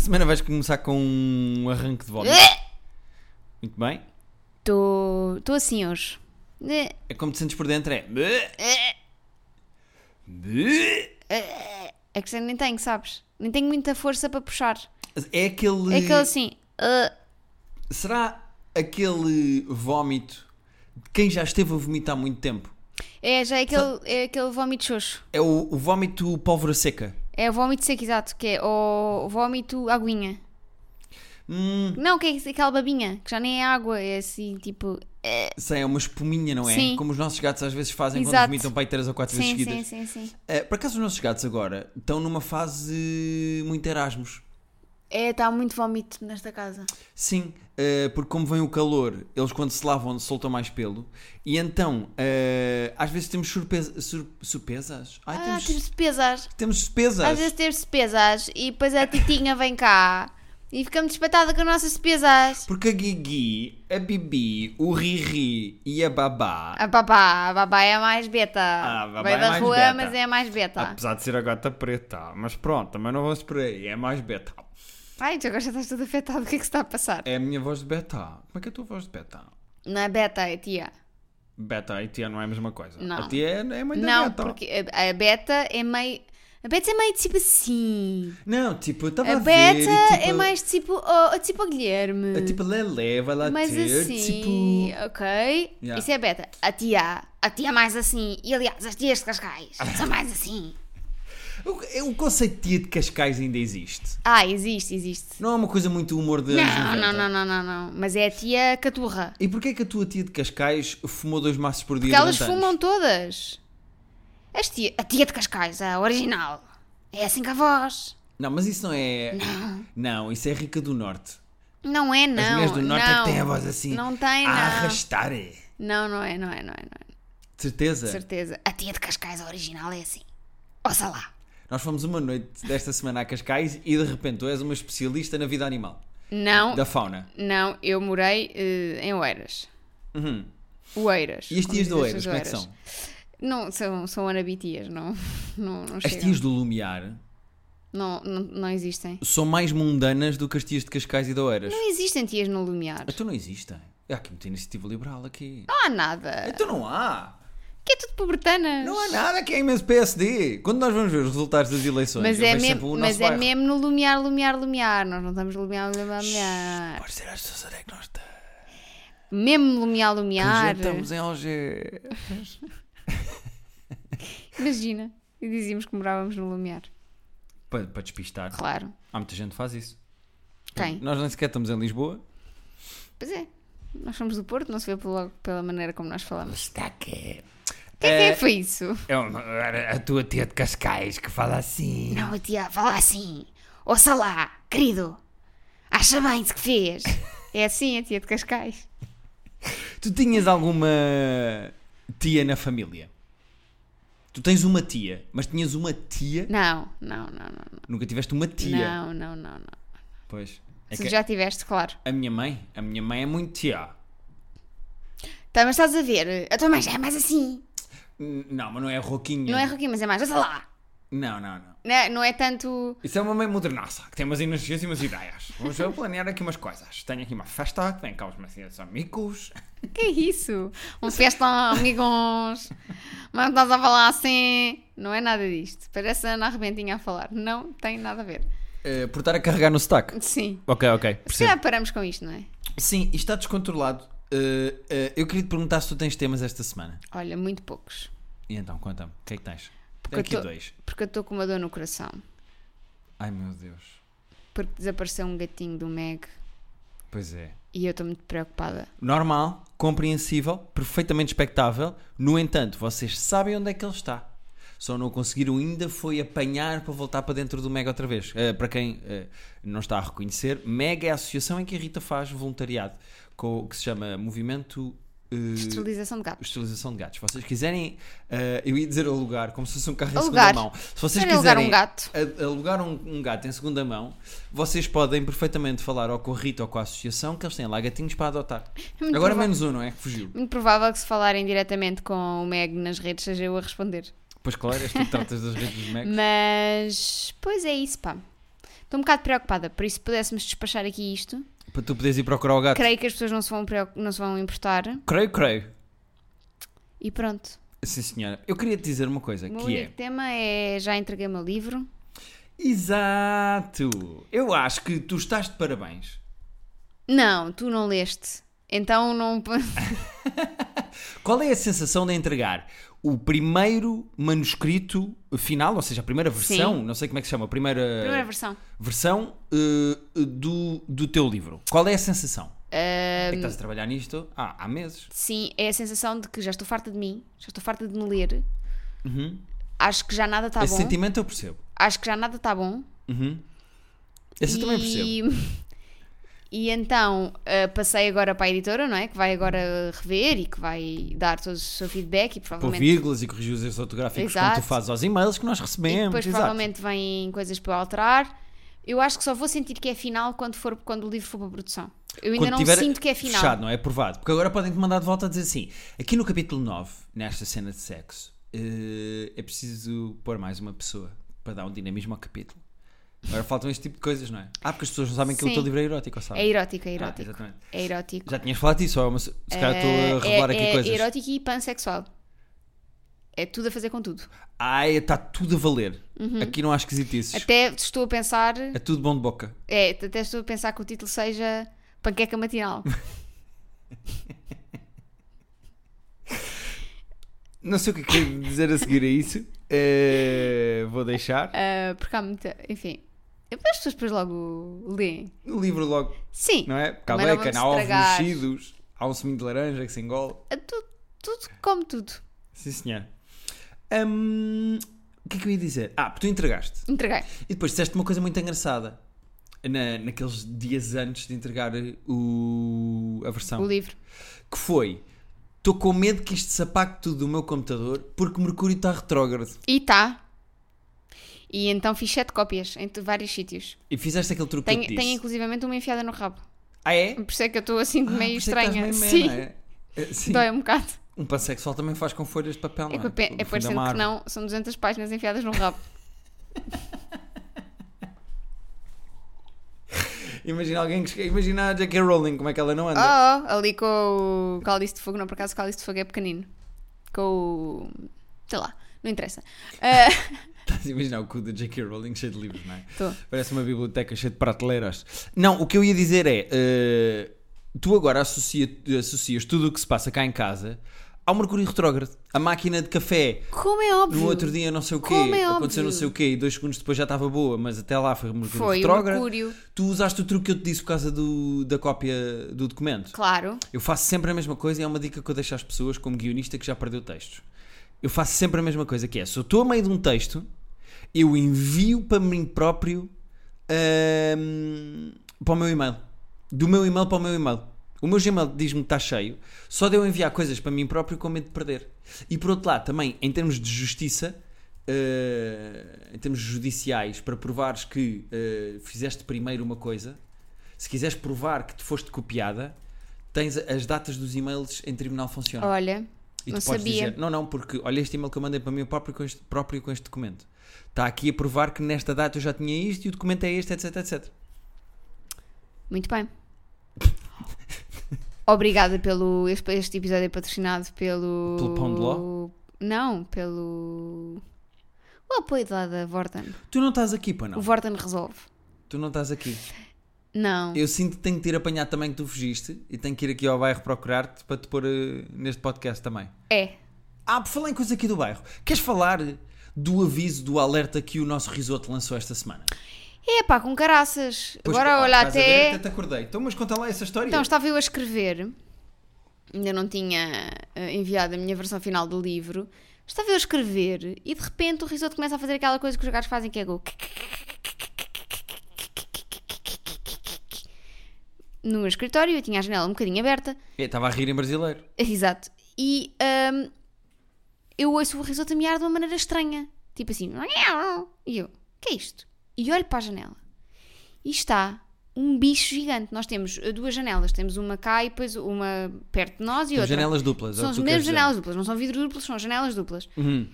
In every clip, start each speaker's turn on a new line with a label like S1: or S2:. S1: semana vais começar com um arranque de vómito.
S2: Eh!
S1: Muito bem.
S2: Estou tô... assim hoje.
S1: É como te sentes por dentro, é.
S2: Eh! É que nem tenho, sabes? Nem tenho muita força para puxar.
S1: É aquele.
S2: É aquele assim. "Ah".
S1: Será aquele vómito de quem já esteve a vomitar há muito tempo?
S2: É, já é aquele, é aquele vómito xoxo.
S1: É o, o vómito pólvora seca.
S2: É o vómito seco, exato, que é o vómito aguinha.
S1: Hum,
S2: Não, que é aquela babinha, que já nem é água, é assim, tipo... eh,
S1: sei, é uma espuminha, não é?
S2: Sim.
S1: Como os nossos gatos às vezes fazem quando
S2: Exato.
S1: vomitam para aí 3 ou 4 vezes
S2: Sim,
S1: seguidas.
S2: sim, sim, sim.
S1: Eh, por acaso os nossos gatos agora estão numa fase muito Erasmus.
S2: É, está muito vómito nesta casa.
S1: Sim, eh, porque como vem o calor, eles quando se lavam soltam mais pelo. E então, eh, às vezes temos surpesa, sur, surpresas? Ai,
S2: Ah,
S1: temos, temos...
S2: temos pesas.
S1: surpresas.
S2: Às vezes temos pesas e depois a titinha vem cá e ficamos espetada com as nossas pesas.
S1: Porque a Guigui, a Bibi, o Riri e a Babá,
S2: A babá, a babá é a mais beta.
S1: Ah, a babá
S2: Veio
S1: é
S2: da
S1: mais
S2: rua,
S1: beta.
S2: mas é a mais beta.
S1: apesar de ser a gata preta, mas pronto, também não vamos por aí, é mais beta.
S2: Ai, tu agora já estás tudo afetado. O que é que se está a passar?
S1: É a minha voz de beta. Como é que é a tua voz de beta?
S2: Não é beta, é tia.
S1: Beta e tia não é a mesma coisa.
S2: Não.
S1: A tia é, é muito
S2: Não,
S1: beta.
S2: porque a, a beta é meio. A beta é meio tipo assim.
S1: Não, tipo, eu estava a,
S2: A
S1: ver. e
S2: beta
S1: tipo,
S2: é mais tipo. Oh, tipo o Guilherme.
S1: é tipo, Lelé, vai lá
S2: Mas
S1: ter.
S2: assim,
S1: Tipo.
S2: ok?
S1: Yeah.
S2: Isso é beta. A tia, a tia mais assim. E aliás, as tias de Cascais são mais assim.
S1: O, o conceito de tia de Cascais ainda existe.
S2: Ah, existe, existe.
S1: Não é uma coisa muito humor de. anos 90.
S2: Não, não, não, não, não, não. Mas é a tia caturra.
S1: E porquê que a tua tia de Cascais fumou dois maços por dia
S2: Porque elas
S1: durante anos?
S2: fumam todas. As tia, a tia de Cascais, a original. É assim que a voz.
S1: Não, mas isso não é. Não. isso é rica do norte.
S2: Não é, não.
S1: As mulheres do norte é
S2: não.
S1: que têm a voz assim.
S2: Não tem,
S1: A
S2: não.
S1: arrastar. é.
S2: Não, não é, não é, não é, não é.
S1: De Certeza?
S2: De certeza. A tia de Cascais, a original, é assim. Ouça lá.
S1: Nós fomos uma noite desta semana a Cascais e de repente tu és uma especialista na vida animal,
S2: Não,
S1: da fauna.
S2: não, eu morei eh, em Oeiras.
S1: Uhum.
S2: Oeiras.
S1: E as
S2: como
S1: tias de
S2: dizem as
S1: Oeiras,
S2: pessoas
S1: como é que
S2: Oeiras.
S1: são?
S2: Não, são, são anabitias, não, não, não
S1: As
S2: chegam.
S1: tias do Lumiar
S2: Não, não, não existem.
S1: são mais mundanas do que as tias de Cascais e de Oeiras.
S2: Não existem tias no Lumiar.
S1: Então não existem. Há aqui muita iniciativa liberal aqui.
S2: Não há nada.
S1: Então não há.
S2: Que é tudo pobretanas.
S1: Não há nada que é imenso PSD. Quando nós vamos ver os resultados das eleições,
S2: Mas,
S1: eu
S2: é
S1: vejo sempre
S2: mesmo,
S1: o
S2: mas
S1: nosso
S2: é
S1: bairro.
S2: mesmo no Lumiar, Lumiar, Lumiar. Nós não estamos no Lumiar, Lumiar, Lumiar.
S1: Pode ser às pessoas onde é que nós estamos.
S2: Mesmo no
S1: Já
S2: Lumiar, Lumiar.
S1: estamos em Alger.
S2: Imagina. E dizíamos que morávamos no Lumiar.
S1: Para, para despistar.
S2: Claro.
S1: Há muita gente que faz isso.
S2: Quem?
S1: Nós nem sequer estamos em Lisboa.
S2: Pois é. Nós somos do Porto, não se vê pelo- pela maneira como nós falamos.
S1: Está aqui.
S2: O que é que é foi isso?
S1: É uma- era a tua tia de Cascais que fala assim.
S2: Não, a tia, fala assim. Ouça lá, querido. Acha bem-se que fez. É assim a tia de Cascais.
S1: Tu tinhas alguma tia na família? Tu tens uma tia, mas tinhas uma tia?
S2: Não, não, não, não. não.
S1: Nunca tiveste uma tia?
S2: Não, não, não, não.
S1: Pois. É
S2: Se
S1: que
S2: já tiveste, claro.
S1: A minha mãe, a minha mãe é muito tia.
S2: Tá, mas estás a ver, a tua mãe já é mais assim.
S1: N- Não, mas não é roquinha.
S2: Não é Roquinha, mas é mais, ouça lá.
S1: Não, não, não.
S2: Não é, não é tanto.
S1: Isso é uma mãe modernaça, que tem umas energias e umas ideias. Vamos eu planear aqui umas coisas. Tenho aqui uma festa, que vem cá os meus amigos.
S2: Que é isso? Um festão, amigos. Mas estás a falar assim. Não é nada disto. Parece a Ana Arrebentinha a falar. Não tem nada a ver.
S1: Eh, por estar a carregar no sotaque.
S2: Sim.
S1: Ok, ok.
S2: Se calhar paramos com isto, não é?
S1: Sim, isto está descontrolado. Eh, eh, eu queria te perguntar se tu tens temas esta semana.
S2: Olha, muito poucos.
S1: E então, conta-me, o que é que tens? Tem
S2: Porque
S1: aqui
S2: eu tô-
S1: dois.
S2: Porque eu estou com uma dor no coração.
S1: Ai meu Deus.
S2: Porque desapareceu um gatinho do Meg
S1: Pois é.
S2: e eu estou muito preocupada.
S1: Normal, compreensível, perfeitamente expectável. No entanto, vocês sabem onde é que ele está. Só não conseguiram ainda foi apanhar para voltar para dentro do Mega outra vez. Eh, para quem eh, não está a reconhecer, Mega é a associação em que a Rita faz voluntariado, com, o que se chama Movimento eh,
S2: Esterilização de gatos.
S1: esterilização de gatos. Se vocês quiserem, eh, eu ia dizer alugar, como se fosse um carro em
S2: Alugar.
S1: segunda mão. Se vocês
S2: Querem alugar
S1: quiserem
S2: um gato?
S1: a- alugar um, um gato em segunda mão, vocês podem perfeitamente falar ou com a Rita ou com a associação que eles têm lá gatinhos para adotar.
S2: muito
S1: Agora
S2: provável.
S1: menos um, não é? Que fugiu.
S2: Muito provável que se falarem diretamente com o Meg nas redes, seja eu a responder.
S1: Pois claro, és tu que tratas das redes dos Macs.
S2: Mas. Pois é isso, pá. Estou um bocado preocupada, por isso se pudéssemos despachar aqui isto,
S1: Para tu poderes ir procurar o gato.
S2: creio que as pessoas não se vão, preocu- não se vão importar
S1: Creio, creio.
S2: e pronto.
S1: Sim, senhora. Eu queria te dizer uma coisa,
S2: O meu
S1: que
S2: único
S1: é...
S2: tema é já entreguei o meu livro.
S1: Exato! Eu acho que tu estás de parabéns.
S2: Não, tu não leste. Então não.
S1: Qual é a sensação de entregar o primeiro manuscrito final, ou seja, a primeira versão, não sei como é que se chama, a primeira,
S2: Primeira versão.
S1: versão eh, do, do teu livro? Qual é a sensação? É que estás a trabalhar nisto há, há meses.
S2: Sim, é a sensação de que já estou farta de mim, já estou farta de me ler. Acho que já nada está
S1: Uhum. Esse
S2: Tá bom.
S1: sentimento eu percebo.
S2: Acho que já nada está bom.
S1: Esse eu também percebo.
S2: e... e então ah, passei agora para a editora, não é? Que vai agora rever e que vai dar todo o seu feedback e
S1: Pôr
S2: provavelmente.
S1: vírgulas e corrigir os erros ortográficos como tu
S2: Exato.
S1: fazes aos e-mails que nós recebemos.
S2: E depois
S1: exato.
S2: provavelmente vêm coisas para eu alterar. Eu acho que só vou sentir que é final quando, for, quando o livro for para a produção. Eu ainda
S1: Quando
S2: não
S1: tiver
S2: sinto que é final.
S1: Fechado, não é? Aprovado. Porque agora podem-te mandar de volta a dizer assim: aqui no capítulo 9, nesta cena de sexo, eh, é preciso pôr mais uma pessoa para dar um dinamismo ao capítulo. Agora faltam este tipo de coisas, não é? Ah, porque as pessoas não sabem que o
S2: Sim.
S1: teu livro é erótico, ou sabem?
S2: É erótico, é
S1: Ah,
S2: erótico.
S1: exatamente.
S2: é erótico.
S1: Já tinhas falado disso, ou é uma, se calhar estou a
S2: É-
S1: revelar
S2: é,
S1: aqui coisas.
S2: erótico e pansexual. É tudo a fazer com tudo.
S1: Ai, está tudo a valer. Aqui não há esquisitices.
S2: Uhum. Até estou a pensar,
S1: É tudo bom de boca.
S2: é, até estou a pensar que o título seja Panqueca Matinal.
S1: Não sei o que quero dizer a seguir a isso. Eh, vou deixar.
S2: Ah, porque há muita, enfim. As pessoas depois logo leem.
S1: O livro logo.
S2: Sim.
S1: não é? Porque há
S2: Também não
S1: bacon, há
S2: vamos
S1: ovos
S2: estragar.
S1: mexidos, há um seminho de laranja que se engole.
S2: Ah, Tudo, tudo como tudo.
S1: Sim, senhor. Hum, o que é que eu ia dizer? Ah, porque tu entregaste.
S2: Entreguei.
S1: E depois disseste uma coisa muito engraçada. Na, naqueles dias antes de entregar o, a versão.
S2: O livro.
S1: Que foi... Estou com medo que isto se apague tudo do meu computador porque Mercúrio está retrógrado.
S2: E tá. E então fiz sete cópias em tu- vários sítios.
S1: E fizeste aquele truque
S2: Tenho,
S1: que eu te
S2: tenho
S1: disse.
S2: inclusivamente uma enfiada no rabo.
S1: Ah, é?
S2: Por isso é que eu estou assim
S1: Ah,
S2: de meio
S1: por isso é que estás meio
S2: estranha.
S1: meio,
S2: Sim.
S1: não é? Eh, Sim.
S2: Dói um bocado.
S1: Um pansexual também faz com folhas de papel, não
S2: É,
S1: é?
S2: que eu pe- é
S1: Do fundo da
S2: parecendo que
S1: árvore.
S2: não, são 200 páginas enfiadas num rabo.
S1: Imagina alguém que... Imagina a J.K. Rowling, como é que ela não anda.
S2: Oh, oh, ali com o cálice de fogo, não, por acaso o cálice de fogo é pequenino. Com o. sei lá, não interessa. Ah,
S1: Estás a imaginar o cu da J.K. Rowling cheio de livros, não é?
S2: Tô.
S1: Parece uma biblioteca cheia de prateleiras. Não, o que eu ia dizer é: eh, tu agora associa- associas tudo o que se passa cá em casa ao Mercúrio Retrógrado, a máquina de café.
S2: como é óbvio.
S1: No outro dia, não sei o quê,
S2: Como é
S1: aconteceu não
S2: óbvio.
S1: sei o quê, e dois segundos depois já estava boa, mas até lá foi o Mercúrio
S2: Foi o
S1: Retrógrado.
S2: Mercúrio.
S1: Tu usaste o truque que eu te disse por causa do- da cópia do documento.
S2: Claro.
S1: Eu faço sempre a mesma coisa e é uma dica que eu deixo às pessoas como guionista que já perdeu textos. Eu faço sempre a mesma coisa, que é, se eu estou a meio de um texto, eu envio para mim próprio ahm, para o meu e-mail. Do meu e-mail para o meu e-mail. O meu Gmail diz-me que está cheio, só de eu enviar coisas para mim próprio com medo de perder. E por outro lado, também, em termos de justiça, ah, em termos judiciais, para provares que ah, fizeste primeiro uma coisa, se quiseres provar que te foste copiada, tens as datas dos e-mails em tribunal funciona.
S2: Olha,
S1: E
S2: Oh, não
S1: tu podes
S2: sabia.
S1: dizer, não, não, porque olha este e-mail que eu mandei para mim próprio com este, próprio com este documento. Está aqui a provar que nesta data eu já tinha isto e o documento é este, etc, etc.
S2: Muito bem. Obrigada pelo. Este, este episódio é patrocinado pelo.
S1: Pelo Pão de Ló?
S2: Não, pelo. O apoio lá da Vorten.
S1: Tu não estás aqui, pá,
S2: O
S1: não.
S2: Vorten resolve.
S1: Tu não estás aqui.
S2: Não.
S1: Eu sinto que tenho que te ir apanhar também que tu fugiste e tenho que ir aqui ao bairro procurar-te para te pôr eh, neste podcast também.
S2: É.
S1: Ah, por falar em coisa aqui do bairro, queres falar do aviso, do alerta que o nosso risoto lançou esta semana?
S2: É pá, com caraças.
S1: Pois,
S2: Agora
S1: ah,
S2: olha
S1: estás a ver?
S2: até.
S1: Até te acordei. Então, mas conta lá essa história.
S2: Então, estava eu a escrever, ainda não tinha eh, enviado a minha versão final do livro. Estava eu a escrever e de repente o risoto começa a fazer aquela coisa que os gatos fazem que é go. No meu escritório, eu tinha a janela um bocadinho aberta,
S1: Eu Estava a rir em brasileiro.
S2: exato, e ahm, eu ouço o risoto a miar de uma maneira estranha, tipo assim, e eu, o que é isto? E olho para a janela e está um bicho gigante. Nós temos eh, duas janelas, temos uma cá e depois uma perto de nós e
S1: São
S2: outra.
S1: janelas duplas. é o
S2: são
S1: que
S2: as
S1: tu
S2: mesmas
S1: queres dizer.
S2: janelas duplas, não são vidros duplos, são janelas duplas.
S1: Uhum.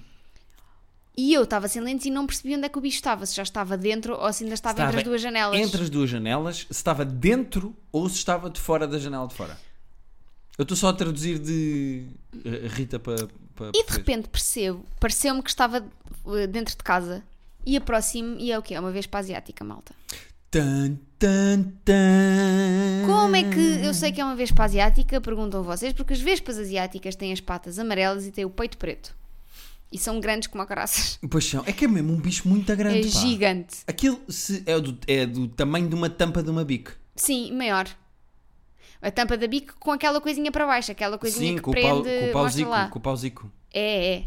S2: E eu estava sem lentes e não percebi onde é que o bicho estava, se já estava dentro ou se ainda estava, entre as duas janelas.
S1: Entre as duas janelas, se estava dentro ou se estava de fora da janela de fora. Eu estou só a traduzir de eh, Rita para. para
S2: E de repente percebo, pareceu-me que estava eh, dentro de casa e aproximo e é o quê? É uma vez para a asiática, malta.
S1: Tan, tan, tan.
S2: Como é que eu sei que é uma vespa asiática? Perguntam vocês, porque as vespas asiáticas têm as patas amarelas e têm o peito preto. E são grandes como a caraças.
S1: Pois são, é que é mesmo um bicho muito grande.
S2: É
S1: pá.
S2: gigante.
S1: Aquilo se- é, do, é do tamanho de uma tampa de uma bique.
S2: Sim, maior. A tampa da bico com aquela coisinha para baixo, aquela coisinha
S1: Sim,
S2: que
S1: com o,
S2: prende,
S1: pau, com o
S2: mostra
S1: pauzico.
S2: lá.
S1: Com o pauzico.
S2: É, é.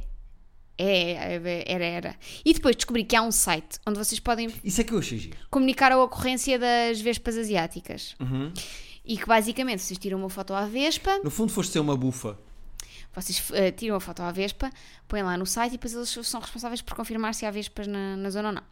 S2: É, é, era, era. E depois descobri que há um site onde vocês podem
S1: Isso é que eu achei giro.
S2: comunicar a ocorrência das vespas asiáticas.
S1: Uhum.
S2: E que basicamente vocês tiram uma foto à vespa,
S1: No fundo, foste ser uma bufa.
S2: vocês eh, tiram a foto à vespa, põem lá no site e depois eles são responsáveis por confirmar se há vespas na, na zona ou não.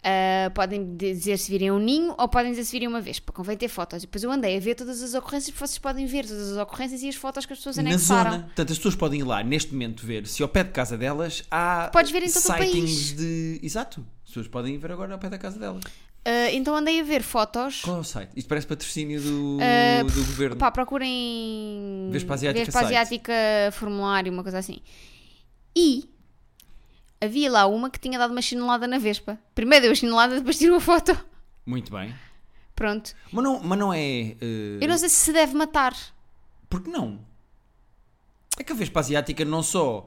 S2: Ah, podem dizer se virem um ninho ou podem dizer se virem uma vespa. Convém ter fotos. E depois eu andei a ver todas as ocorrências, porque vocês podem ver todas as ocorrências e as fotos que as pessoas
S1: Na
S2: anexaram.
S1: zona. Portanto, as pessoas podem ir lá neste momento ver se ao pé de casa delas há
S2: Podes ver em todo o
S1: sightings
S2: país.
S1: de. Exato. As pessoas podem ir ver agora ao pé da casa delas.
S2: Ah, então andei a ver fotos.
S1: Qual é o site? Isto parece patrocínio do,
S2: Ah,
S1: do governo.
S2: Pá, procurem.
S1: Vespa Asiática
S2: Vespa
S1: site.
S2: Asiática formulário, uma coisa assim. E havia lá uma que tinha dado uma chinelada na Vespa. Primeiro deu a chinelada, depois tirou a foto.
S1: Muito bem.
S2: Pronto.
S1: Mas não, mas não é. eh,
S2: Eu não sei se se deve matar.
S1: Porque não? É que a Vespa Asiática não só.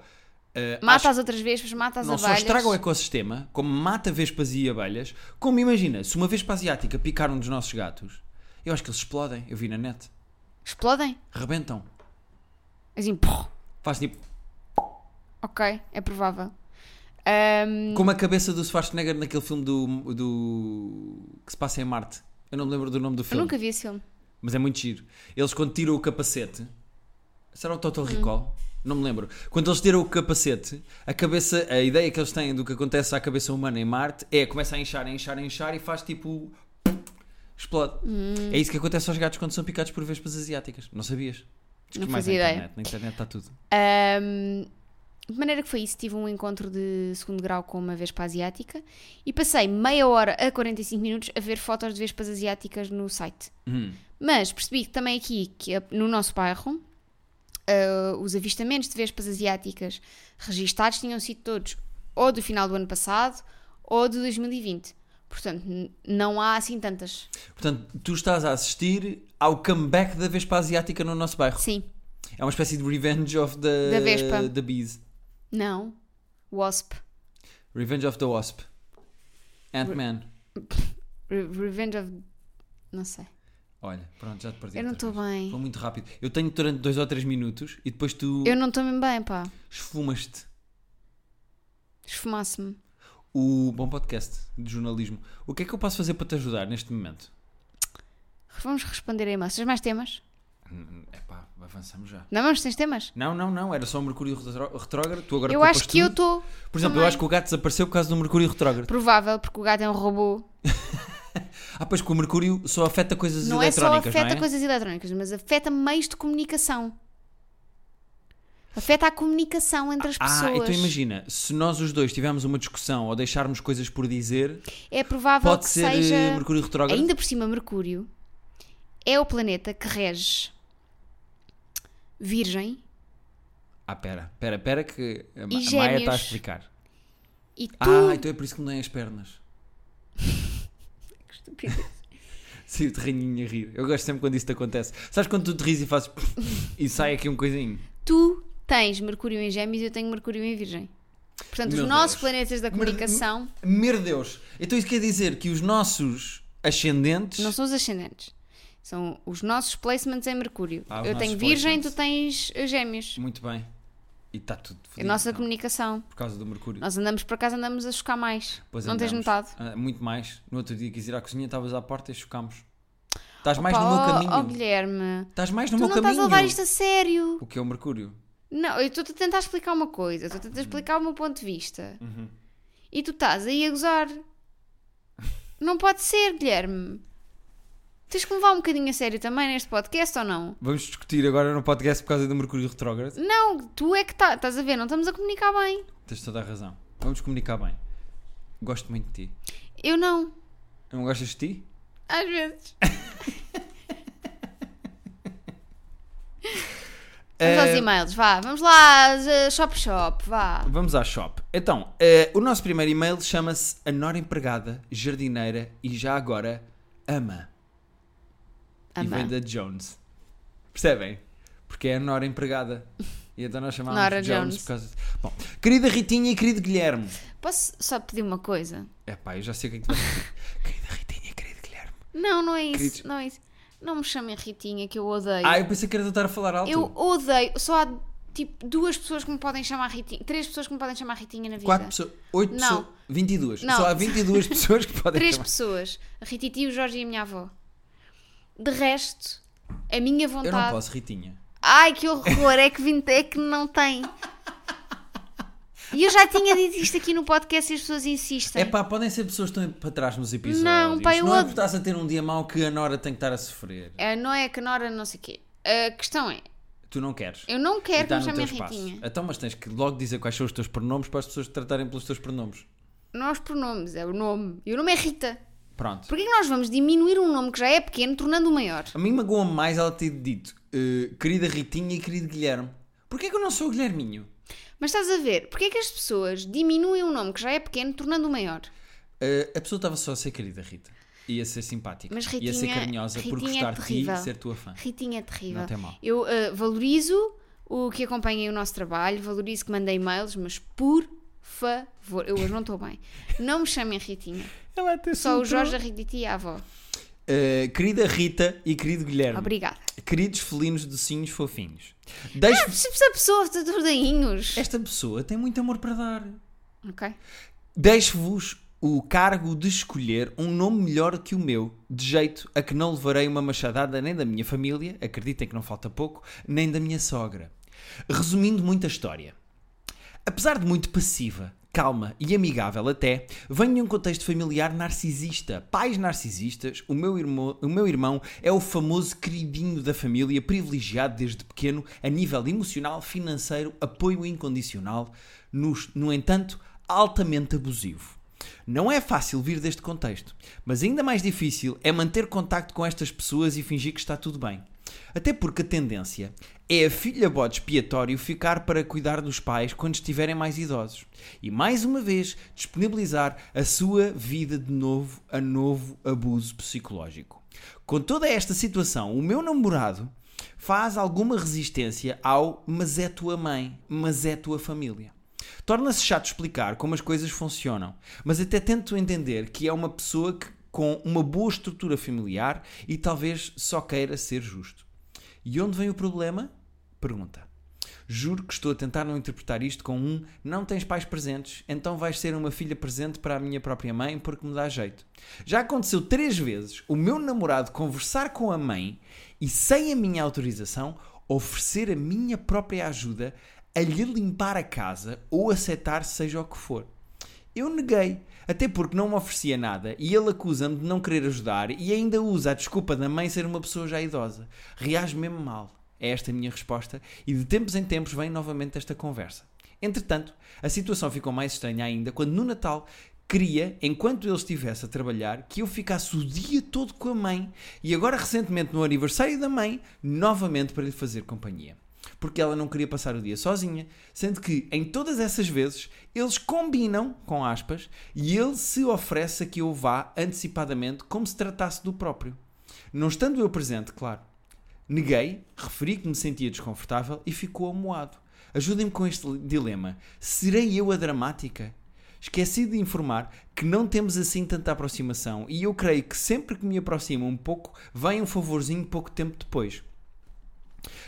S1: eh,
S2: Mata as outras vespas, mata as
S1: não é- só
S2: abelhas.
S1: estraga o ecossistema, como mata vespas e abelhas, como imagina, se uma vespa asiática picar um dos nossos gatos, eu acho que eles explodem, eu vi na net,
S2: Explodem.
S1: rebentam,
S2: Assim, pô.
S1: faz tipo,
S2: Ok, é provável. Ahm,
S1: como a cabeça do Schwarzenegger naquele filme do, do que se passa em Marte, eu não me lembro do nome do
S2: eu
S1: filme,
S2: nunca vi esse filme.
S1: mas é muito giro, eles quando tiram o capacete, será o
S2: Hum.
S1: Total Recall? Não me lembro. Quando eles tiram o capacete, a cabeça, a ideia que eles têm do que acontece à cabeça humana em Marte é começa a inchar, a inchar, a inchar e faz tipo explode.
S2: Hum.
S1: É isso que acontece aos gatos quando são picados por vespas asiáticas. Não sabias? Diz
S2: Não
S1: que mais
S2: fazia
S1: na
S2: ideia.
S1: Internet. Na internet está tudo.
S2: Ahm, de maneira que foi isso, tive um encontro de segundo grau com uma vespa asiática e passei meia hora a 45 minutos a ver fotos de vespas asiáticas no site.
S1: Hum.
S2: Mas percebi que também aqui, que a- no nosso bairro, ah, os avistamentos de vespas asiáticas registados tinham sido todos ou do final do ano passado ou de 2020. Portanto, n- não há assim tantas.
S1: Portanto, tu estás a assistir ao comeback da vespa asiática no nosso bairro.
S2: Sim,
S1: É uma espécie de revenge of the...
S2: Da vespa.
S1: The bees.
S2: não. Wasp.
S1: Revenge of the wasp. Ant-Man.
S2: Re- Revenge of. Não sei.
S1: Olha, pronto, já te perdi
S2: Eu não
S1: outra
S2: estou
S1: vez.
S2: bem.
S1: Foi muito rápido. Eu tenho durante dois ou três minutos e depois tu
S2: Eu não estou mesmo bem, pá.
S1: esfumas-te.
S2: Esfumasse-me.
S1: O bom podcast de jornalismo. O que é que eu posso fazer para te ajudar neste momento?
S2: Vamos responder aí, mas tens mais temas?
S1: Epá, avançamos já.
S2: Não, mas tens temas?
S1: Não, não, não, era só o Mercúrio retró- retrógrado. Tu agora
S2: eu
S1: culpas
S2: acho que eu
S1: tudo.
S2: estou.
S1: Por exemplo, eu
S2: também.
S1: acho que o gato desapareceu por causa do Mercúrio retrógrado.
S2: Provável, porque o gato é um robô.
S1: Ah, pois que o Mercúrio só afeta coisas
S2: não é só
S1: eletrónicas,
S2: afeta
S1: não é?
S2: coisas eletrónicas, mas afeta meios de comunicação. Afeta a comunicação entre as pessoas.
S1: Ah, então imagina, se nós os dois tivermos uma discussão ou deixarmos coisas por dizer,
S2: É provável
S1: pode
S2: que
S1: ser
S2: seja.
S1: eh, Mercúrio retrógrado.
S2: Ainda por cima, Mercúrio é o planeta que rege Virgem
S1: Ah, pera, pera, pera que a Ma- a
S2: E
S1: Maia está a
S2: gêmeos.
S1: explicar.
S2: e tu.
S1: Ah, então é por isso que me dão as pernas.
S2: Que estupidez.
S1: Saiu de rainha a rir. Eu gosto sempre quando isso te acontece. Sabes quando tu te ris e fazes e sai aqui um coisinho?
S2: tu tens Mercúrio em Gêmeos e eu tenho Mercúrio em Virgem. Portanto,
S1: Meu
S2: os nossos
S1: Deus.
S2: planetas da
S1: Mer-
S2: comunicação
S1: Meu Deus! Então isso quer dizer que os nossos ascendentes.
S2: não são os ascendentes. São os nossos placements em Mercúrio.
S1: Ah, os
S2: eu tenho
S1: nossos
S2: Virgem,
S1: placements.
S2: tu tens eh, Gêmeos.
S1: Muito bem. E está tudo
S2: A
S1: fodido,
S2: nossa
S1: então,
S2: comunicação.
S1: por causa do Mercúrio.
S2: Nós andamos por acaso, andamos a chocar mais.
S1: Pois
S2: não tens
S1: andamos.
S2: notado?
S1: Ah, muito mais. No outro dia quis ir à cozinha, estavas à porta e chocámos. Estás mais
S2: Pá,
S1: no meu
S2: ó-
S1: caminho.
S2: ó, Guilherme,
S1: Estás mais no
S2: tu
S1: meu
S2: não
S1: caminho.
S2: estás a levar isto a sério.
S1: O que é o Mercúrio?
S2: Não, eu estou-te a tentar explicar uma coisa, estou a
S1: Uhum.
S2: tentar explicar o meu ponto de vista. E tu estás aí a gozar. Não pode ser, Guilherme. Tens que me levar um bocadinho a sério também neste podcast ou não?
S1: Vamos discutir agora no podcast por causa do Mercúrio retrógrado.
S2: Não, tu é que tá- estás a ver, não estamos a comunicar bem.
S1: Tens toda a razão. Vamos comunicar bem. Gosto muito de ti.
S2: Eu não,
S1: Não gostas de ti?
S2: às vezes. Vamos
S1: Eh,
S2: aos e-mails, vá. Vamos lá, eh, shop shop, vá.
S1: Vamos à shop. Então, eh, o nosso primeiro e-mail chama-se A Nora Empregada, Jardineira e já agora Ama. E
S2: Ama.
S1: vem da Jones. Percebem? Porque é a Nora Empregada. E então nós chamámos
S2: Nora
S1: Jones,
S2: Jones.
S1: por causa de... Bom, querida Ritinha e querido Guilherme.
S2: Posso só pedir uma coisa?
S1: Epá, eu já sei o que é que tu vais dizer. Querida Ritinha e querido Guilherme.
S2: Não, não é isso,
S1: Queridos-
S2: não é isso. Não me chamem Ritinha, que eu odeio.
S1: Ah, eu pensei que era de eu estar a falar alto.
S2: eu odeio. Só há tipo duas pessoas que me podem chamar Ritinha. Três pessoas que me podem chamar Ritinha na vida.
S1: Quatro pessoas, oito
S2: Não.
S1: pessoas, 22.
S2: Não.
S1: Só há 22 pessoas que podem
S2: Três
S1: chamar.
S2: pessoas. A Rititi, o Jorge e a minha avó. De resto, a minha
S1: Eu
S2: vontade.
S1: não posso, Ritinha.
S2: Ai, que horror! É que, vinte, é que não tem. E eu já tinha dito isto aqui no podcast e as pessoas insistem.
S1: É pá, podem ser pessoas que estão para trás nos episódios.
S2: Não, pá, eu
S1: Não é
S2: ad-
S1: por estás a ter um dia mau que a Nora tem que estar a sofrer.
S2: É, não é que Nora não sei o quê. A questão é,
S1: Tu não queres.
S2: eu não
S1: E
S2: quero que
S1: está
S2: me
S1: no teu
S2: chamem
S1: espaço.
S2: Ritinha.
S1: Então, mas tens que logo dizer quais são os teus pronomes para as pessoas te tratarem pelos teus pronomes.
S2: Não é os pronomes, é o nome. E o nome é Rita.
S1: Pronto.
S2: Porquê que nós vamos diminuir um nome que já é pequeno, tornando-o maior?
S1: A mim magoa mais ela ter dito eh, querida Ritinha e querido Guilherme. Porquê é que eu não sou o Guilherminho?
S2: Mas estás a ver, porquê que as pessoas diminuem um nome que já é pequeno, tornando-o maior?
S1: Eh, a pessoa estava só a ser querida, Rita. Ia ser simpática.
S2: Mas
S1: ia ser
S2: Ritinha-
S1: carinhosa por
S2: Ritinha é
S1: gostar de ti e
S2: terrível.
S1: ser tua fã.
S2: Ritinha é terrível.
S1: Não tem mal.
S2: Eu ah, valorizo o que acompanha o nosso trabalho, valorizo que manda e-mails, mas por favor, eu hoje não estou bem, não me chamem Ritinha.
S1: Ela é até
S2: Só o Jorge, a Rititi e a avó.
S1: Hum. Eh, querida Rita e querido Guilherme.
S2: Obrigada.
S1: Queridos felinos docinhos fofinhos. Deixo
S2: Se a pessoa de tordainhos.
S1: Esta pessoa tem muito amor para dar.
S2: Ok.
S1: Deixo-vos o cargo de escolher um nome melhor que o meu, de jeito a que não levarei uma machadada nem da minha família, acreditem que não falta pouco, nem da minha sogra. Resumindo muito a história. Apesar de muito passiva, calma e amigável até, venho de um contexto familiar narcisista. Pais narcisistas, o meu, irmão, o meu irmão é o famoso queridinho da família, privilegiado desde pequeno a nível emocional, financeiro, apoio incondicional, nos- no entanto, altamente abusivo. Não é fácil vir deste contexto, mas ainda mais difícil é manter contacto com estas pessoas e fingir que está tudo bem. Até porque a tendência é a filha bode expiatório ficar para cuidar dos pais quando estiverem mais idosos. E mais uma vez disponibilizar a sua vida de novo a novo abuso psicológico. Com toda esta situação, o meu namorado faz alguma resistência ao mas é tua mãe, mas é tua família. Torna-se chato explicar como as coisas funcionam, mas até tento entender que é uma pessoa que, com uma boa estrutura familiar e talvez só queira ser justo. E onde vem o problema? Pergunta. Juro que estou a tentar não interpretar isto com um não tens pais presentes, então vais ser uma filha presente para a minha própria mãe porque me dá jeito. Já aconteceu três vezes o meu namorado conversar com a mãe e, sem a minha autorização, oferecer a minha própria ajuda a lhe limpar a casa ou a setar seja o que for. Eu neguei, até porque não me oferecia nada e ele acusa-me de não querer ajudar e ainda usa a desculpa da mãe ser uma pessoa já idosa. Reage mesmo mal. É esta a minha resposta e de tempos em tempos vem novamente esta conversa. Entretanto, a situação ficou mais estranha ainda quando no Natal queria, enquanto ele estivesse a trabalhar, que eu ficasse o dia todo com a mãe e agora recentemente no aniversário da mãe, novamente para lhe fazer companhia porque ela não queria passar o dia sozinha, sendo que em todas essas vezes eles combinam, com aspas, e ele se oferece a que eu vá antecipadamente como se tratasse do próprio. Não estando eu presente, claro. Neguei, referi que me sentia desconfortável e ficou amuado. Ajudem-me com este dilema. Serei eu a dramática? Esqueci de informar que não temos assim tanta aproximação e eu creio que sempre que me aproximo um pouco, vem um favorzinho pouco tempo depois.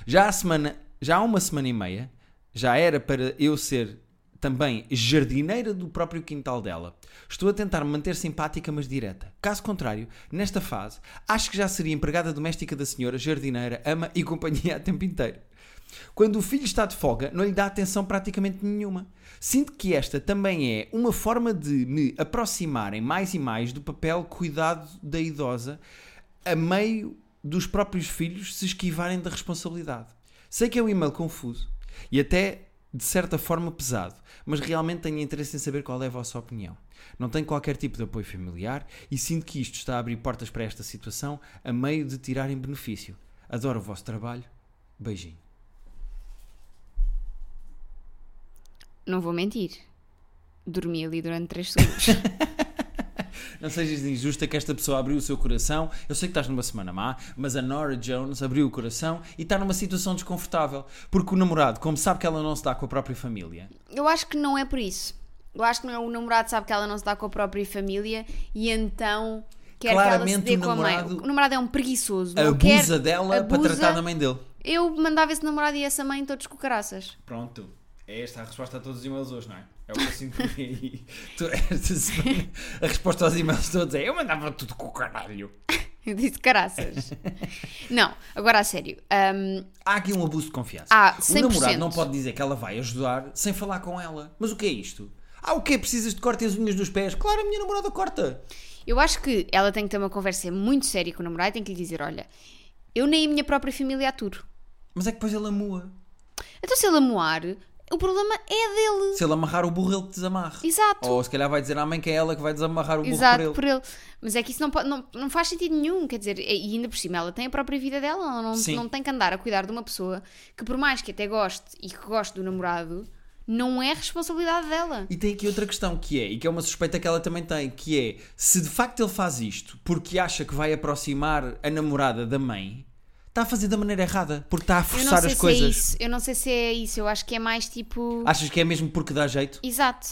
S1: Já há, semana, já há uma semana e meia, já era para eu ser também jardineira do próprio quintal dela. Estou a tentar manter simpática, mas direta. Caso contrário, nesta fase, acho que já seria empregada doméstica da senhora, jardineira, ama e companhia a tempo inteiro. Quando o filho está de folga, não lhe dá atenção praticamente nenhuma. Sinto que esta também é uma forma de me aproximarem mais e mais do papel cuidado da idosa a meio dos próprios filhos se esquivarem da responsabilidade. Sei que é um e-mail confuso e até de certa forma pesado, mas realmente tenho interesse em saber qual é a vossa opinião. Não tenho qualquer tipo de apoio familiar e sinto que isto está a abrir portas para esta situação a meio de tirarem benefício. Adoro o vosso trabalho. Beijinho.
S2: Não vou mentir. Dormi ali durante 3 segundos.
S1: Não sejas injusta que esta pessoa abriu o seu coração. Eu sei que estás numa semana má, mas a Nora Jones abriu o coração e está numa situação desconfortável. Porque o namorado, como sabe que ela não se dá com a própria família,
S2: Eu acho que não é por isso. Eu acho que não- é, o namorado sabe que ela não se dá com a própria família e então quer que ela
S1: Claramente
S2: se dê
S1: o
S2: com a mãe.
S1: namorado
S2: O namorado é um preguiçoso. Não quer,
S1: abusa dela para
S2: abusa.
S1: tratar da mãe dele.
S2: Eu mandava esse namorado e essa mãe todos com caraças.
S1: Pronto. É esta a resposta a todos os e-mails hoje, não é? É o que eu sinto por aí. Tu- esta semana, a resposta aos e-mails todos é eu mandava tudo com o caralho.
S2: Eu disse caraças. não, agora a sério. Hum, Ahm,
S1: Há aqui um abuso de confiança.
S2: Ah,
S1: O
S2: 100%.
S1: namorado não pode dizer que ela vai ajudar sem falar com ela. Mas o que é isto? Ah, o quê? Precisas de cortar as unhas dos pés? Claro, a minha namorada corta.
S2: eu acho que ela tem que ter uma conversa muito séria com o namorado e tem que lhe dizer: olha, eu nem a minha própria família aturo.
S1: Mas é que depois ele amua.
S2: Então se ele amoar, o problema é dele.
S1: Se ele amarrar o burro, ele que desamarra.
S2: Exato.
S1: Ou se calhar vai dizer à mãe que é ela que vai desamarrar o burro
S2: Exato,
S1: por
S2: por ele. Mas é que isso não, pode- não, não faz sentido nenhum, quer dizer, e ainda por cima ela tem a própria vida dela, ela não,
S1: Sim.
S2: não tem que andar a cuidar de uma pessoa que, por mais que até goste e que goste do namorado, não é responsabilidade dela.
S1: E tem aqui outra questão que é, e que é uma suspeita que ela também tem, que é se de facto ele faz isto porque acha que vai aproximar a namorada da mãe, está a fazer da maneira errada, porque está a
S2: Eu não
S1: forçar
S2: sei
S1: as
S2: se é
S1: coisas.
S2: isso, eu não sei se é isso, eu acho que é mais tipo.
S1: Achas que é mesmo porque dá jeito?
S2: Exato.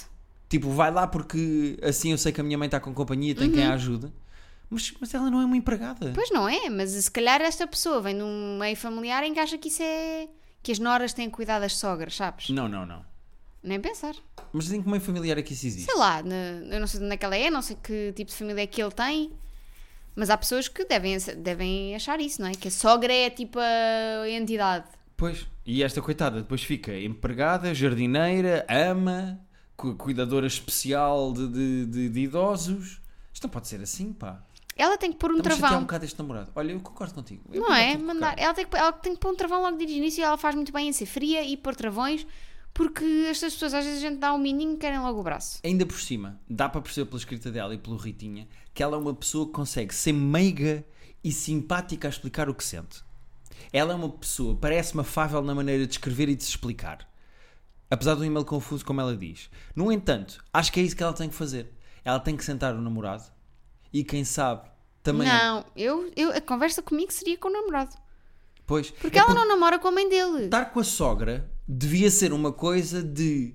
S1: Tipo, vai lá porque assim eu sei que a minha mãe está com companhia, tem
S2: Uhum.
S1: quem a ajude. Mas, mas ela não é uma empregada.
S2: Pois não é, mas se calhar esta pessoa vem de um meio familiar em que acha que isso é. que as noras têm que cuidar das sogras, sabes?
S1: Não, não, não.
S2: Nem pensar.
S1: Mas tem que meio familiar é que isso existe.
S2: sei lá, na- eu não sei de onde é que ela é, não sei que tipo de família é que ele tem, mas há pessoas que devem, devem achar isso, não é? Que a sogra é tipo a entidade.
S1: Pois. E esta coitada depois fica empregada, jardineira, ama, cu- cuidadora especial de, de, de- de idosos. Isto não pode ser assim, pá.
S2: Ela tem que pôr um
S1: Estamos a chatear um
S2: travão.
S1: bocado este namorado. Olha, eu concordo contigo. Eu
S2: não
S1: concordo
S2: é?
S1: contigo,
S2: Mandar,
S1: cara.
S2: ela, tem que, ela tem que pôr um travão logo desde o início e ela faz muito bem em ser fria e pôr travões, porque estas pessoas às vezes a gente dá um mininho e querem logo o braço.
S1: Ainda por cima, dá para perceber pela escrita dela e pelo Ritinha que ela é uma pessoa que consegue ser meiga e simpática a explicar o que sente. Ela é uma pessoa, parece-me afável na maneira de escrever e de se explicar. Apesar do e-mail confuso, como ela diz. No entanto, acho que é isso que ela tem que fazer. Ela tem que sentar o namorado e, quem sabe, também.
S2: Não, eu, eu, a conversa comigo seria com o namorado.
S1: Pois,
S2: Porque
S1: é
S2: ela não namora com a mãe dele.
S1: Estar com a sogra devia ser uma coisa de.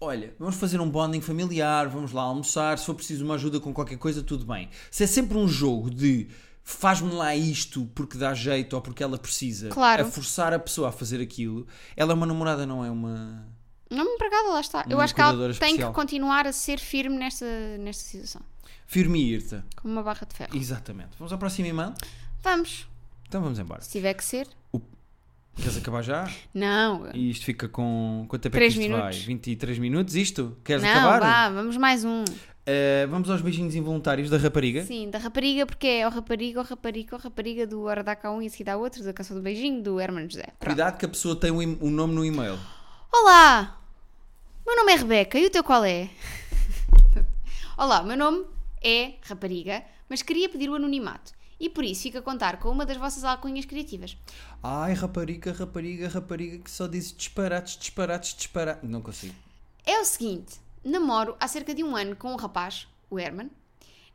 S1: Olha, vamos fazer um bonding familiar, vamos lá almoçar, se for preciso uma ajuda com qualquer coisa, tudo bem. Se é sempre um jogo de faz-me lá isto porque dá jeito ou porque ela precisa,
S2: Claro.
S1: a forçar a pessoa a fazer aquilo, ela é uma namorada, não é uma.
S2: Não me empregada, lá está. Eu
S1: Uma
S2: acho que ela
S1: cuidadora
S2: tem
S1: especial.
S2: que continuar a ser firme nesta, nesta situação.
S1: Firme e irta.
S2: Como uma barra de ferro.
S1: Exatamente. Vamos ao próximo e-mail?
S2: Vamos.
S1: Então vamos embora.
S2: Se tiver que ser.
S1: Queres acabar já?
S2: Não.
S1: E isto fica com. Quanto tempo é que
S2: Três
S1: isto vai?
S2: minutos.
S1: 23 minutos? Isto? Queres
S2: Não,
S1: acabar?
S2: vá, vamos mais um.
S1: Eh, vamos aos beijinhos involuntários da rapariga.
S2: Sim, da rapariga, porque é o rapariga, o rapariga, o rapariga do Hora da K1 e a seguir dá outro, da canção do beijinho, do Hermano José. Pronto.
S1: Cuidado que a pessoa tem um, e- um nome no e-mail.
S2: Olá! Meu nome é Rebeca e o teu qual é? Olá, meu nome é Rapariga, mas queria pedir o anonimato. E por isso fico a contar com uma das vossas alcunhas criativas.
S1: Ai, rapariga, rapariga, rapariga, que só diz disparates, disparates, disparates. Não consigo.
S2: É o seguinte: namoro há cerca de um ano com um rapaz, o Herman.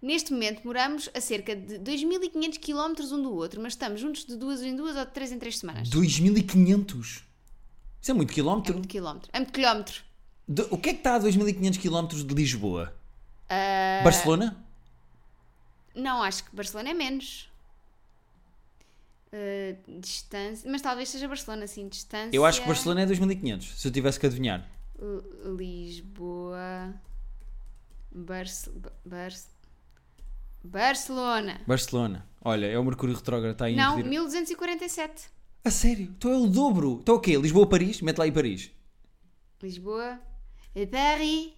S2: Neste momento moramos a cerca de 2.500 km um do outro, mas estamos juntos de duas em duas ou de três em três semanas.
S1: 2500? Isso é muito
S2: É
S1: quilómetro.
S2: muito quilómetro. É muito quilómetro.
S1: De- o que é que está a 2500 quilómetros de Lisboa?
S2: Ah,
S1: Barcelona?
S2: Não, acho que Barcelona é menos. Eh, distância. Mas talvez seja Barcelona, sim. Distância.
S1: Eu acho que Barcelona é 2500, se eu tivesse que adivinhar.
S2: L- Lisboa. Barce... Barce... Barcelona.
S1: Barcelona. Olha, é o Mercúrio Retrógrado, está aí a
S2: Não,
S1: impedir-
S2: 1247.
S1: A sério? Então é o dobro. Então o quê? Lisboa-Paris? Mete lá aí Paris.
S2: Lisboa. É Paris.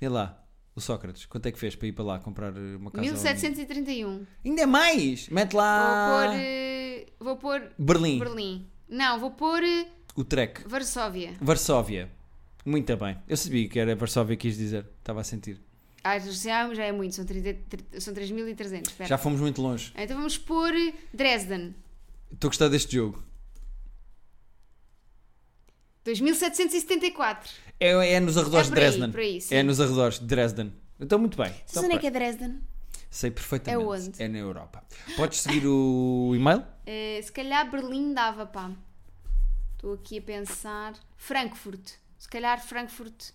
S1: Vê lá. O Sócrates, quanto é que fez para ir para lá comprar uma casa? ao-
S2: 1731.
S1: Ainda é mais! Mete
S2: Vou
S1: lá.
S2: pôr. eh, Vou pôr.
S1: Berlim.
S2: Berlim. Não, vou pôr. eh,
S1: o track.
S2: Varsóvia.
S1: Varsóvia. Muito bem. Eu sabia que era Varsóvia que quis dizer. Estava a sentir.
S2: Ah, já, já é muito, são, 30, tr- são 3.300. espera.
S1: Já fomos muito longe.
S2: Então vamos pôr Dresden.
S1: Estou a gostar deste jogo.
S2: 2774.
S1: É, é nos arredores
S2: É
S1: de
S2: por aí,
S1: Dresden.
S2: por aí, sim.
S1: é nos arredores de Dresden. Então, muito bem.
S2: Sabes
S1: Então,
S2: onde é
S1: pronto.
S2: que é Dresden?
S1: Sei perfeitamente.
S2: É onde?
S1: na Europa. Podes seguir o e-mail?
S2: Eh, se calhar Berlim dava, pá. Estou aqui a pensar. Frankfurt. Se calhar Frankfurt.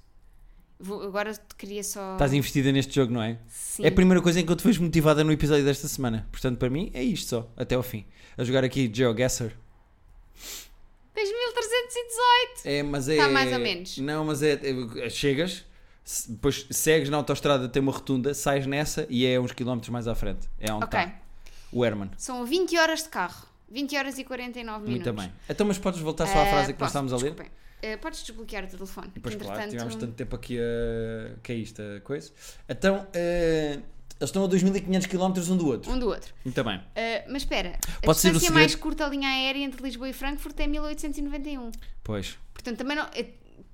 S2: Vou- agora te queria só.
S1: Estás investida neste jogo, não é?
S2: Sim.
S1: É a primeira coisa em que eu te vejo motivada no episódio desta semana. Portanto, para mim, é isto só. Até ao fim. A jogar aqui GeoGuessr.
S2: 2318.
S1: É, mas é.
S2: Tá mais ou menos.
S1: Não, mas é. é- chegas, se- depois segues na autostrada, tem uma rotunda, sais nessa e é uns quilómetros mais à frente. É onde
S2: Ok.
S1: está. O Herman.
S2: São 20 horas de carro. 20 horas e 49 minutos.
S1: Muito bem. Então, mas podes voltar só à
S2: Eh,
S1: frase que
S2: posso,
S1: começámos a ler?
S2: desculpem. Eh, podes desbloquear o teu telefone. que
S1: Pois claro,
S2: entretanto-
S1: tivemos tanto tempo aqui a. que é isto, a coisa. Então, eh, eles estão a 2500 km um do outro.
S2: Um do outro.
S1: Muito bem.
S2: Eh, mas espera, a
S1: Pode ser o
S2: distância é
S1: segredo-
S2: mais curta a linha aérea entre Lisboa e Frankfurt é 1891.
S1: Pois.
S2: Portanto, também não. eh,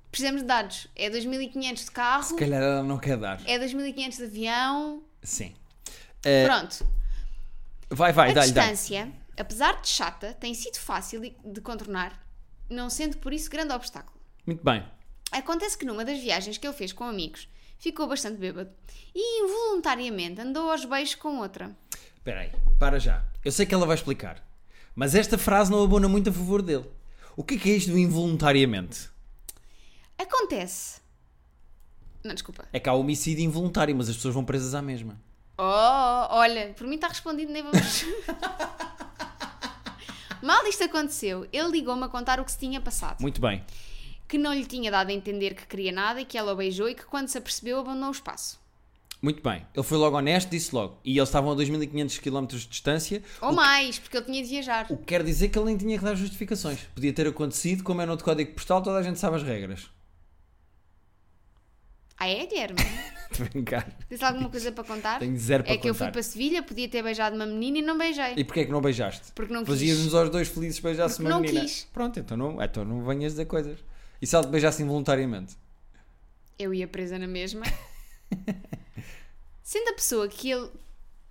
S2: precisamos de dados. É 2500 de carro,
S1: Se calhar ela não quer dar.
S2: é 2500 de avião.
S1: Sim. Eh,
S2: Pronto.
S1: vai, vai,
S2: a
S1: dá-lhe, dá
S2: distância, apesar de chata, tem sido fácil de- de contornar, não sendo por isso grande obstáculo.
S1: Muito bem.
S2: Acontece que numa das viagens que ele fez com amigos, ficou bastante bêbado e involuntariamente andou aos beijos com outra.
S1: Espera aí, para já. Eu sei que ela vai explicar. Mas esta frase não abona muito a favor dele. O que é que é isto do involuntariamente?
S2: Acontece. Não, desculpa.
S1: É que há homicídio involuntário, mas as pessoas vão presas à mesma.
S2: Oh, olha, por mim está respondido, nem vamos. Mal isto aconteceu, ele ligou-me a contar o que se tinha passado.
S1: Muito bem.
S2: Que não lhe tinha dado a entender que queria nada e que ela o beijou e que quando se apercebeu abandonou o espaço.
S1: Muito bem. Ele foi logo honesto, disse logo. E eles estavam a 2500 km de distância.
S2: Ou mais, porque ele tinha de viajar.
S1: O que quer dizer que ele nem tinha que dar justificações. Podia ter acontecido, como é no outro código postal, toda a gente sabe as regras.
S2: Ah, é, Guilherme?
S1: Estou a brincar.
S2: Tens alguma coisa para contar?
S1: Tenho zero para
S2: É que eu fui
S1: contar.
S2: para Sevilha, podia ter beijado uma menina e não beijei.
S1: E porquê é que não beijaste?
S2: Porque não quis.
S1: Fazíamos-nos aos dois felizes beijasse
S2: Porque
S1: uma
S2: não
S1: menina.
S2: quis.
S1: Pronto, então não, então não venhas dizer coisas. E se ela te beijasse involuntariamente?
S2: Eu ia presa na mesma. Sendo a pessoa que ele,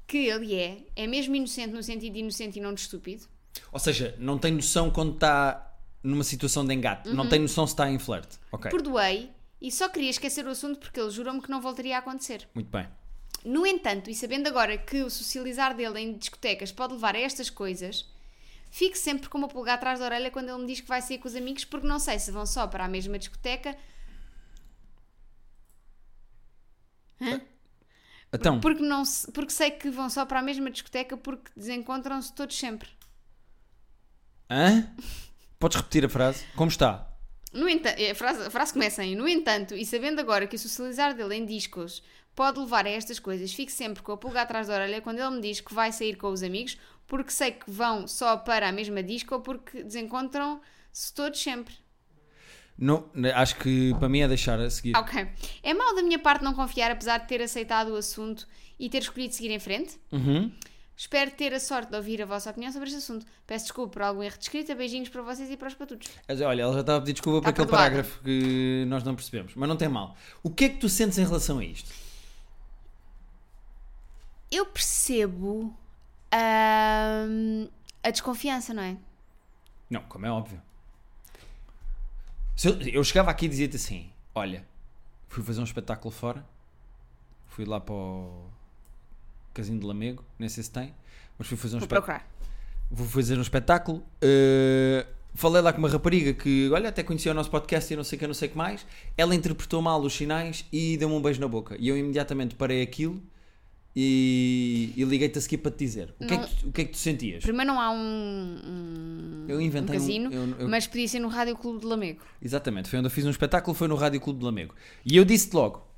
S2: que ele é, é mesmo inocente no sentido de inocente e não de estúpido,
S1: Ou seja, não tem noção quando está numa situação de engate.
S2: Uhum.
S1: Não tem noção se está em flerte. Ok,
S2: perdoei e só queria esquecer o assunto porque ele jurou-me que não voltaria a acontecer.
S1: muito bem.
S2: No entanto, e sabendo agora que o socializar dele em discotecas pode levar a estas coisas, fico sempre com uma pulga atrás da orelha quando ele me diz que vai sair com os amigos porque não sei se vão só para a mesma discoteca
S1: Então,
S2: porque, não, se- porque sei que vão só para a mesma discoteca porque desencontram-se todos sempre.
S1: hã? Podes repetir a frase? Como está?
S2: No entanto, a frase, a frase começa em No entanto, e sabendo agora que o socializar dele em discos pode levar a estas coisas, fico sempre com a pulga atrás da orelha quando ele me diz que vai sair com os amigos porque sei que vão só para a mesma disco ou porque desencontram-se todos sempre.
S1: Não, acho que para mim é deixar a seguir.
S2: Ok. É mal da minha parte não confiar, apesar de ter aceitado o assunto e ter escolhido seguir em frente?
S1: Uhum.
S2: Espero ter a sorte de ouvir a vossa opinião sobre este assunto. Peço desculpa por algum erro de escrita. Beijinhos para vocês e para os patudos.
S1: Mas, Olha, ela já estava a pedir desculpa por
S2: Está
S1: aquele
S2: perdoada.
S1: parágrafo que nós não percebemos, mas não tem mal. O que é que tu sentes em relação a isto?
S2: Eu percebo ahm, a desconfiança, não é?
S1: Não, como é óbvio. Se eu, eu chegava aqui e dizia-te assim: Olha, fui fazer um espetáculo fora, fui lá para o Casino de Lamego, nem sei se tem, mas fui fazer um
S2: Vou
S1: espetáculo.
S2: procurar.
S1: vou fazer um espetáculo. Uh, falei lá com uma rapariga que, olha, até conhecia o nosso podcast e não sei o que, não sei o que mais. Ela interpretou mal os sinais e deu-me um beijo na boca. E eu imediatamente parei aquilo e, e liguei-te a seguir para te dizer. O que, é que tu, o que é que tu sentias?
S2: Primeiro não há um, um,
S1: Eu inventei
S2: um
S1: um-
S2: casino,
S1: eu- eu-
S2: mas podia ser no Rádio Clube de Lamego.
S1: Exatamente, foi onde eu fiz um espetáculo, foi no Rádio Clube de Lamego. E eu disse-te logo,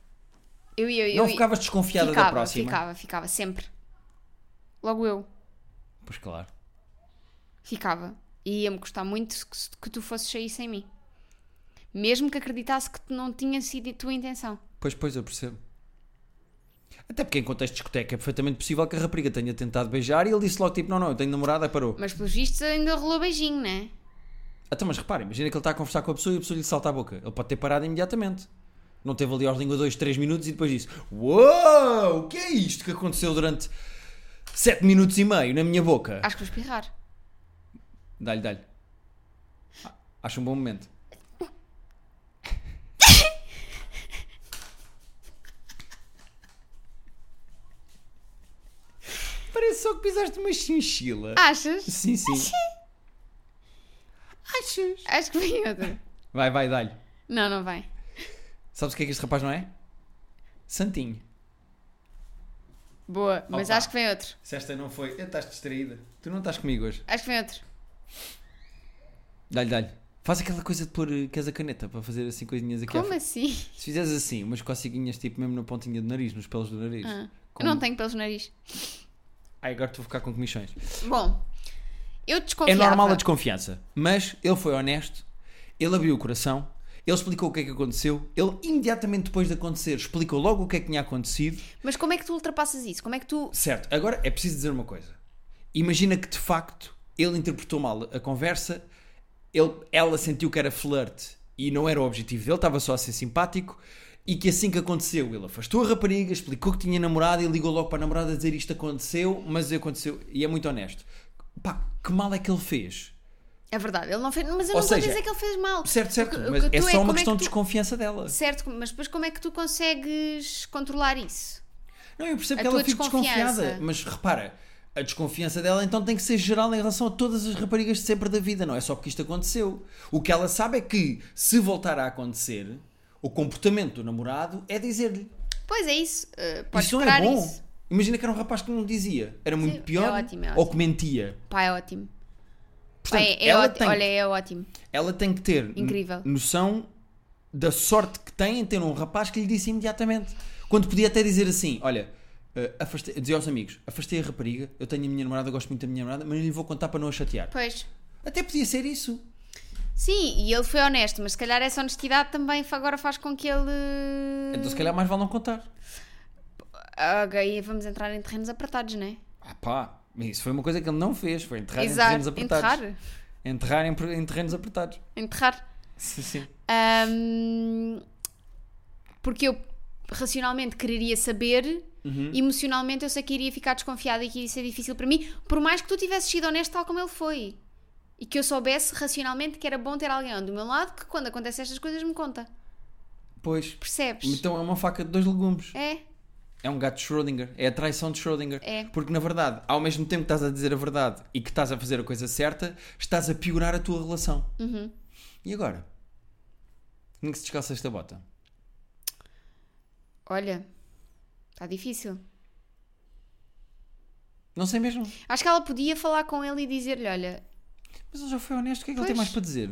S2: Eu ia. Eu,
S1: não
S2: ia-
S1: ficavas desconfiada
S2: ficava,
S1: da próxima?
S2: Ficava, ficava, sempre. Logo eu.
S1: Pois claro.
S2: Ficava. E ia-me custar muito que, se- que tu fosses sair sem mim. Mesmo que acreditasse que tu não tinha sido a tua intenção.
S1: Pois, pois, eu percebo. Até porque em contexto de discoteca é perfeitamente possível que a rapariga tenha tentado beijar e ele disse logo tipo, não, não, eu tenho namorada, é parou.
S2: Mas pelos vistos ainda rolou beijinho, né?
S1: Então, mas reparem, imagina que ele está a conversar com a pessoa e a pessoa lhe salta a boca. Ele pode ter parado imediatamente. Não teve ali aos língua 2, 3 minutos e depois disse: Uou, o que é isto que aconteceu durante 7 minutos e meio na minha boca?
S2: Acho que vou espirrar.
S1: Dá-lhe, dá-lhe. Ah, Acho um bom momento. Parece só que pisaste uma chinchila.
S2: Achas?
S1: Sim, sim. Achas?
S2: Acho que vem outra.
S1: Vai, vai, dá-lhe.
S2: Não, não vai.
S1: Sabes o que é que este rapaz não é? Santinho.
S2: Boa, mas
S1: Opa.
S2: acho que vem outro.
S1: Se esta não foi. Eu estás distraída. Tu não estás comigo hoje.
S2: Acho que vem outro.
S1: Dá-lhe, dá-lhe. Faz aquela coisa de pôr. eh, Queres a caneta para fazer assim coisinhas aqui à
S2: Como
S1: frente.
S2: assim?
S1: Se fizeres assim, umas coceguinhas tipo mesmo na pontinha do nariz, nos pelos do nariz.
S2: Ah,
S1: Com-
S2: Eu não tenho pelos no nariz.
S1: Ai, agora estou a ficar com comichões.
S2: Bom, eu
S1: É
S2: desconfiava.
S1: normal a desconfiança, mas ele foi honesto, ele abriu o coração, ele explicou o que é que aconteceu, ele imediatamente depois de acontecer explicou logo o que é que tinha acontecido.
S2: Mas como é que tu ultrapassas isso? Como é que tu.
S1: Certo, agora é preciso dizer uma coisa. Imagina que de facto ele interpretou mal a conversa, ele- ela sentiu que era flerte e não era o objetivo dele, estava só a ser simpático. E que assim que aconteceu, ele afastou a rapariga, explicou que tinha namorada e ligou logo para a namorada a dizer isto aconteceu, mas aconteceu. E é muito honesto. Pá, que mal é que ele fez?
S2: É verdade, ele não fez. Mas
S1: Ou
S2: eu não estou a
S1: seja,
S2: dizer que ele fez mal.
S1: Certo, certo,
S2: O que- o
S1: mas
S2: que
S1: é
S2: tu
S1: só
S2: como
S1: uma questão
S2: que
S1: de
S2: tu-
S1: desconfiança dela.
S2: Certo, mas depois como é que tu consegues controlar isso?
S1: Não, eu percebo
S2: A
S1: que ela
S2: tua
S1: fica desconfiada,
S2: desconfiança.
S1: mas repara, a desconfiança dela então tem que ser geral em relação a todas as raparigas de sempre da vida, não é só porque isto aconteceu. O que ela sabe é que se voltar a acontecer, o comportamento do namorado é dizer-lhe:
S2: Pois é isso. eh, podes
S1: Isso não é
S2: esperar
S1: bom.
S2: isso.
S1: Imagina que era um rapaz que não dizia, era muito
S2: Sim, é
S1: pior
S2: ótimo, é
S1: ou
S2: ótimo.
S1: que mentia.
S2: Pá, é ótimo. Pá,
S1: Portanto,
S2: é, é
S1: ela,
S2: ótimo.
S1: tem,
S2: Olha, é ótimo.
S1: ela tem que ter
S2: Incrível.
S1: noção da sorte que tem em ter um rapaz que lhe disse imediatamente. Quando podia até dizer assim: Olha, eh, afastei, dizia aos amigos, afastei a rapariga, eu tenho a minha namorada, eu gosto muito da minha namorada, mas não lhe vou contar para não a chatear.
S2: Pois.
S1: Até podia ser isso.
S2: Sim, e ele foi honesto, mas se calhar essa honestidade também fa- agora faz com que ele.
S1: Então, se calhar, mais vale não contar.
S2: Ok, vamos entrar em terrenos apertados, não é?
S1: Ah, pá, mas isso foi uma coisa que ele não fez: foi enterrar em terrenos
S2: Exato.
S1: apertados.
S2: Enterrar.
S1: Enterrar em, em terrenos apertados.
S2: Enterrar.
S1: Sim, sim.
S2: Ahm, porque eu racionalmente quereria saber,
S1: Uhum.
S2: emocionalmente eu sei que iria ficar desconfiada e que isso é difícil para mim, por mais que tu tivesses sido honesto tal como ele foi. E que eu soubesse racionalmente que era bom ter alguém do meu lado que quando acontecem estas coisas me conta.
S1: Pois.
S2: Percebes?
S1: Então é uma faca de dois legumes.
S2: É,
S1: É um gato de Schrödinger. É a traição de Schrödinger.
S2: É.
S1: Porque, na verdade, ao mesmo tempo que estás a dizer a verdade e que estás a fazer a coisa certa, estás a piorar a tua relação.
S2: Uhum.
S1: E agora? Tinha que se descalça esta bota.
S2: olha, está difícil.
S1: Não sei mesmo.
S2: Acho que ela podia falar com ele e dizer-lhe: olha,
S1: Mas ele já foi honesto. O que é que ele
S2: Pois.
S1: tem mais para dizer?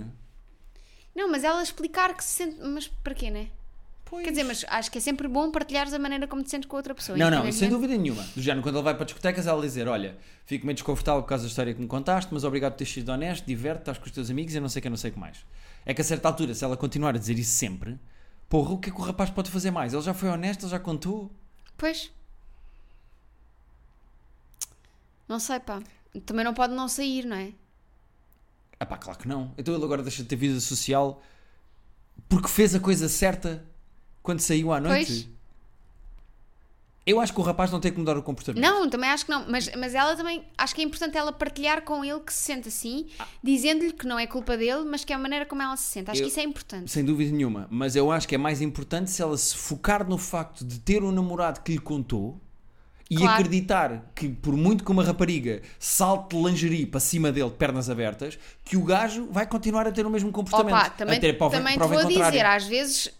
S2: não, mas ela explicar que se sente. Mas para quê, né?
S1: Pois.
S2: Quer dizer, mas acho que é sempre bom partilhares a maneira como te sentes com a outra pessoa.
S1: Não, não, sem
S2: independentemente-
S1: dúvida nenhuma. Do género, quando ele vai para discotecas, ela dizer: Olha, fico meio desconfortável por causa da história que me contaste, mas obrigado por teres sido honesto, diverte, estás com os teus amigos e não sei o que, não sei o que mais. É que a certa altura, se ela continuar a dizer isso sempre, porra, o que é que o rapaz pode fazer mais? Ele já foi honesto, ele já contou.
S2: Pois. Não sei, pá. Também não pode não sair, não
S1: Hum.
S2: é?
S1: Ah pá, claro que não. Então ele agora deixa de ter vida social porque fez a coisa certa quando saiu à noite.
S2: Pois.
S1: Eu acho que o rapaz não tem que mudar o comportamento.
S2: Não, também acho que não. Mas, mas ela também. Acho que é importante ela partilhar com ele que se sente assim, dizendo-lhe que não é culpa dele, mas que é a maneira como ela se sente. Acho
S1: Ah. Eu-
S2: que isso é importante.
S1: Sem dúvida nenhuma. Mas eu acho que é mais importante se ela se focar no facto de ter um namorado que lhe contou e
S2: Claro.
S1: acreditar que, por muito que uma rapariga salte de lingerie para cima dele, de pernas abertas, que o gajo vai continuar a ter o mesmo comportamento.
S2: Opa, também,
S1: Até prova-
S2: também te
S1: prova em
S2: vou
S1: contrário.
S2: dizer, às vezes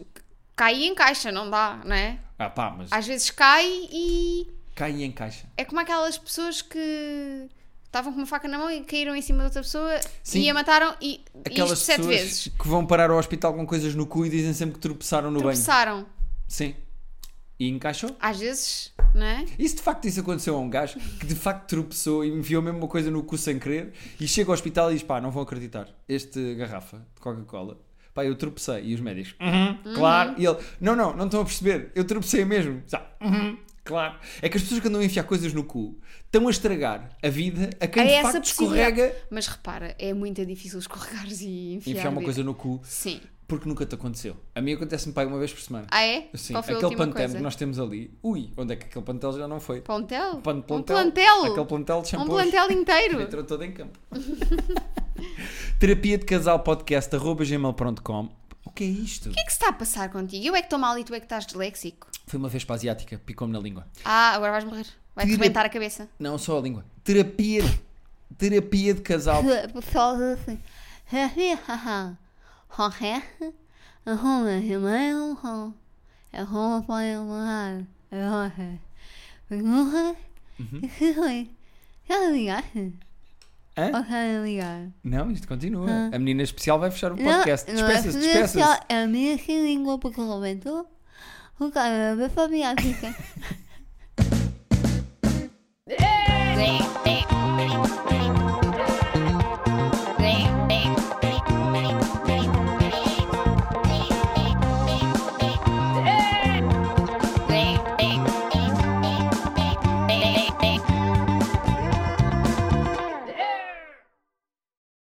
S2: cai e encaixa, não dá, não é?
S1: Ah pá, mas
S2: Às vezes cai e.
S1: cai e encaixa.
S2: É como aquelas pessoas que estavam com uma faca na mão e caíram em cima de outra pessoa
S1: Sim.
S2: e a mataram e, e isto
S1: Aquelas
S2: sete
S1: pessoas
S2: vezes.
S1: que vão parar ao hospital com coisas no cu e dizem sempre que tropeçaram no banho.
S2: Tropeçaram.
S1: Sim. E encaixou?
S2: Às vezes, não é?
S1: E se de facto isso aconteceu a um gajo que de facto tropeçou e enviou mesmo uma coisa no cu sem querer e chega ao hospital e diz: pá, não vão acreditar, este garrafa de Coca-Cola, pá, eu tropecei. E os médicos: "Uhum, claro. E ele: não, não, não estão a perceber, eu tropecei mesmo. Já, "Uhum, Claro. É que as pessoas que andam a enfiar coisas no cu estão a estragar a vida a quem
S2: Há
S1: de
S2: Ah, é essa
S1: facto
S2: possibilidade.
S1: escorrega
S2: Mas repara, é muito difícil escorregares e enfiar,
S1: enfiar uma
S2: o dedo.
S1: coisa no cu
S2: Sim.
S1: porque nunca te aconteceu. A mim acontece-me pai uma vez por semana.
S2: Ah, é?
S1: Sim,
S2: Qual foi a
S1: aquele
S2: última
S1: pantel
S2: coisa?
S1: que nós temos ali. Ui, onde é que aquele pantel já não foi?
S2: Pontel?
S1: Pan-
S2: Um plantel?
S1: Aquele plantel de
S2: Um
S1: shampoos.
S2: plantel inteiro?
S1: Entrou todo em campo. Terapia de casal podcast arroba gmail.com. O que é isto?
S2: O que é que se está a passar contigo? Eu é que estou mal e tu é que estás disléxico.
S1: Foi uma vez para a asiática, picou-me na língua.
S2: Ah, agora vais morrer. Vai-te
S1: Tira-
S2: rebentar a cabeça.
S1: Não, só a língua. Terapia. Terapia de casal.
S2: Pessoal assim.
S1: Hã? Não, isto continua. A menina especial vai fechar o podcast.
S2: é
S1: Despeça-se, despeça-se.
S2: A minha língua porque arrebentou. O cara da família fica.